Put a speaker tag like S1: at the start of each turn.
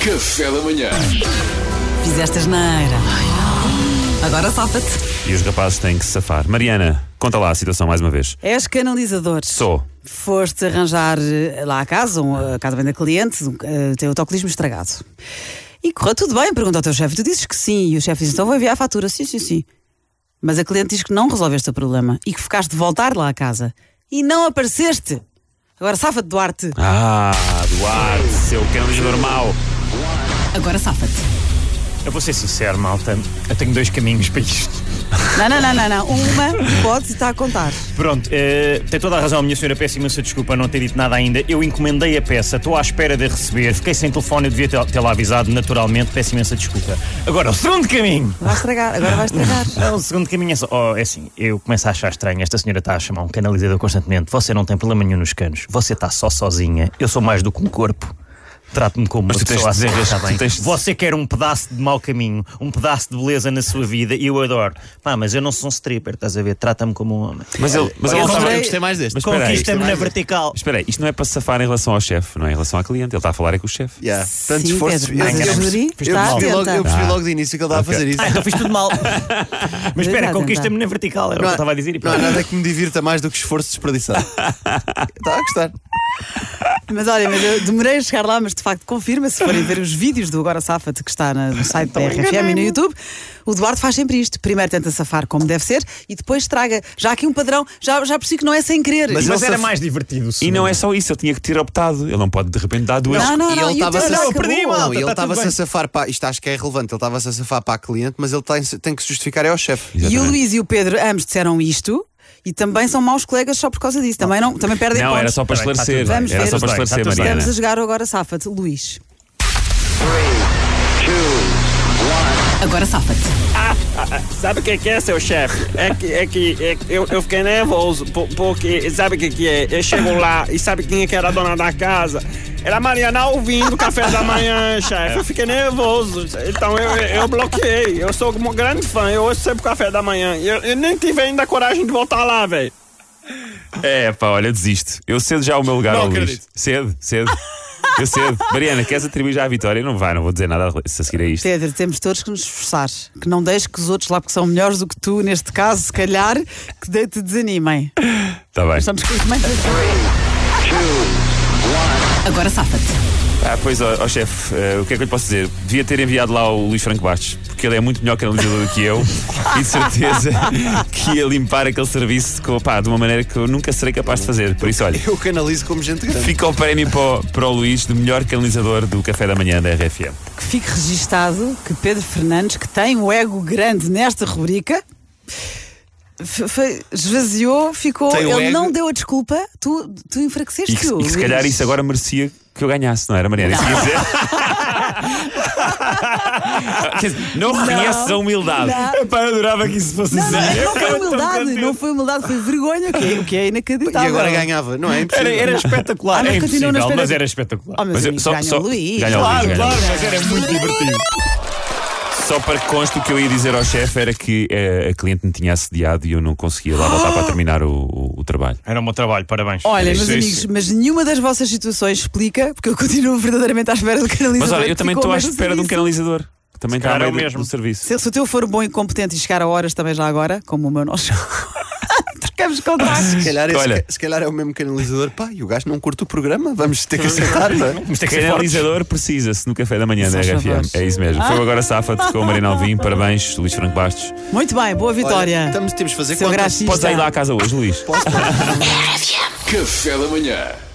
S1: Café da manhã.
S2: Fizeste asneira. Agora safa-te.
S3: E os rapazes têm que se safar. Mariana, conta lá a situação mais uma vez.
S2: És canalizador.
S3: Sou.
S2: Foste arranjar eh, lá a casa, um, a casa bem da cliente, um, eh, teu autocolismo estragado. E correu tudo bem, pergunta ao teu chefe. Tu dizes que sim. E o chefe diz: então vou enviar a fatura. Sim, sim, sim. Mas a cliente diz que não resolveste o problema e que ficaste de voltar lá a casa. E não apareceste. Agora safa-te, Duarte.
S3: Ah, Duarte, seu canalizador mau.
S2: Agora safa-te.
S4: Eu vou ser sincero, malta. Eu tenho dois caminhos para isto.
S2: Não, não, não, não, não. Uma hipótese está a contar.
S4: Pronto, eh, tem toda a razão, minha senhora. Peço imensa desculpa não ter dito nada ainda. Eu encomendei a peça, estou à espera de receber. Fiquei sem telefone, eu devia tê- tê-la avisado, naturalmente. Peço imensa desculpa. Agora, o segundo caminho.
S2: Vai estragar, agora vai estragar.
S4: Não, o segundo caminho é só. Oh, é assim, eu começo a achar estranho. Esta senhora está a chamar um canalizador constantemente. Você não tem problema nenhum nos canos. Você está só sozinha. Eu sou mais do que um corpo. Trate-me como
S3: Mas
S4: uma
S3: tu tens
S4: pessoa
S3: de dizer
S4: aceita,
S3: isto,
S4: está bem?
S3: tu tens de-
S4: Você quer um pedaço de mau caminho, um pedaço de beleza na sua vida e eu adoro. Pá, mas eu não sou um stripper, estás a ver? Trata-me como um homem.
S3: Mas ele, mas ele
S4: eu
S3: não estava.
S4: sei-
S5: gostei mais deste.
S3: Mas espera aí,
S4: Conquista-me na vertical.
S3: Espera aí, isto não é para se safar em relação ao chefe, não é em relação ao cliente. Ele está a falar é com o chefe.
S5: Yeah. Tanto
S2: Sim,
S5: esforço.
S2: Pedro, mas
S5: eu,
S2: a júri
S5: eu,
S2: está
S5: percebi logo,
S2: atenta.
S5: eu percebi logo de início que ele estava a fazer isso.
S4: Ah, então fiz tudo mal. mas espera,
S2: Exato,
S4: conquista-me na vertical, era o que eu estava a dizer. E
S5: não há
S4: pronto.
S5: nada que me divirta mais do que esforço desperdiçado. Está a gostar.
S2: Mas olha, mas eu demorei a chegar lá, mas de facto confirma, se forem ver os vídeos do Agora Safa-te que está na- no site da RFM e no YouTube, o Duarte faz sempre isto. Primeiro tenta safar como deve ser e depois traga. Já há aqui um padrão, já, já percebi que não é sem querer.
S5: Mas
S4: Mas
S5: ele
S4: era
S5: se-
S4: mais divertido.
S3: E não é só isso, ele tinha que ter optado. Ele não pode de repente dar duas.
S2: Não, não,
S5: e ele
S2: e o
S5: estava-se
S2: teu
S5: a-
S2: já
S5: Não,
S4: perdi,
S2: acabou.
S4: malta.
S5: não, ele
S4: está tudo
S5: estava-se
S4: bem.
S5: a safar para. Isto acho que é irrelevante. Ele estava-se a safar para a cliente, mas ele tem, tem que se justificar é ao chefe.
S2: E o
S3: Exatamente.
S2: Luís e o Pedro ambos disseram isto e também são maus colegas só por causa disso. Também, não, também perdem
S3: Não,
S2: pontos.
S3: era só para
S4: Espera aí, está
S3: esclarecer.
S4: tudo
S2: bem,
S3: Era só para
S4: está tudo
S3: esclarecer,
S4: bem.
S3: Mariana.
S2: Estamos a jogar o Agora Safa-te, Luís. Agora Safa-te.
S6: Sabe o que que é, seu chefe? É que, é que é que eu, eu fiquei nervoso, po- porque sabe o que, que é? Eu chego lá e sabe quem é que era a dona da casa? Era a Mariana ouvindo o café da manhã, chefe. Eu fiquei nervoso. Então eu, eu eu bloqueei. Eu sou um grande fã. Eu ouço sempre o café da manhã. E Eu, eu nem tive ainda coragem de voltar lá, velho.
S3: É, pá, olha, desisto. Eu cedo já o meu lugar
S5: Não
S3: ao Luís.
S5: acredito.
S3: Cedo, cedo. Eu cedo. Mariana, queres atribuir já a vitória? Não vai, não vou dizer nada a seguir a isto.
S2: Pedro, temos todos que nos esforçar. Que não deixes que os outros lá, porque são melhores do que tu, neste caso, se calhar, que de- te desanimem.
S3: Está Tá bem.
S2: Estamos com Agora safa-te.
S3: Ah, pois, ó, ó, chefe, eh, o que é que eu lhe posso dizer? Devia ter enviado lá o Luís Franco Bastos, porque ele é muito melhor canalizador do que eu e de certeza que ia limpar aquele serviço com, pá, de uma maneira que eu nunca serei capaz de fazer. Por isso, olha,
S5: Eu canalizo como gente grande.
S3: fica o prémio para o, para o Luís de melhor canalizador do Café da Manhã da RFM.
S2: Que fique registado que Pedro Fernandes, que tem um ego grande nesta rubrica, f- f- esvaziou, ficou.
S5: Tem um
S2: ele
S5: ego.
S2: não deu a desculpa, tu, tu
S3: E
S2: enfraqueceste
S3: que,
S2: o.
S3: e que se calhar isso agora merecia que eu ganhasse, não era, Mariana? Isso que ia dizer. Quer dizer, não reconheces a humildade.
S2: não.
S3: Epá, eu adorava que isso fosse
S2: Não, não,
S3: assim.
S2: não foi humildade,
S3: contente.
S2: não foi humildade, foi vergonha, o que é, o que é
S5: E
S2: inacreditável.
S5: agora ganhava, não é?
S4: Era,
S5: Impossível.
S4: era espetacular.
S2: Ah, mas
S4: é
S2: continua na
S4: impossível,
S2: espera-
S4: mas era espetacular.
S2: Oh, meus
S3: Mas eu-
S2: amigos,
S3: só-
S2: ganha
S3: só-
S2: o Luís.
S3: ganha o Luís,
S4: Claro,
S3: ganha o
S4: claro, mas era muito divertido.
S3: Só para que conste, o que eu ia dizer ao chefe era que eh, a cliente me tinha assediado e eu não conseguia lá voltar para terminar o, o- o trabalho.
S4: Era um bom trabalho, parabéns.
S2: Olha,
S4: Era
S2: meus
S4: isso,
S2: amigos,
S4: isso.
S2: mas nenhuma das vossas situações explica, porque eu continuo verdadeiramente à espera do canalizador.
S3: Mas olha, eu também
S2: que
S3: estou à
S2: ficou
S3: espera de um
S2: mesmo
S3: canalizador. que Também está
S4: calhar
S3: ao
S4: é o
S3: meio do,
S4: mesmo.
S3: do serviço.
S2: serviço. Se, se o teu for bom e competente e chegar a horas também já agora, como o meu não chegou, trocamos contratos.
S5: Se calhar, esse-
S3: Olha.
S5: se calhar é o mesmo canalizador. Pá, e o gajo não curte o programa. Vamos ter que aceitar, não é?
S4: Mas tem que ser fortes.
S3: Canalizador precisa-se no café da manhã da
S2: Faz favor.
S3: RFM. É isso mesmo. Foi o agora Safa-te com o Marina Alvim. Parabéns, Luís Franco Bastos.
S2: Muito bem, boa vitória.
S5: Olha, estamos- temos de fazer
S2: Seu
S5: contas.
S2: graxista.
S3: Podes ir lá à casa hoje, Luís.
S1: Café da manhã.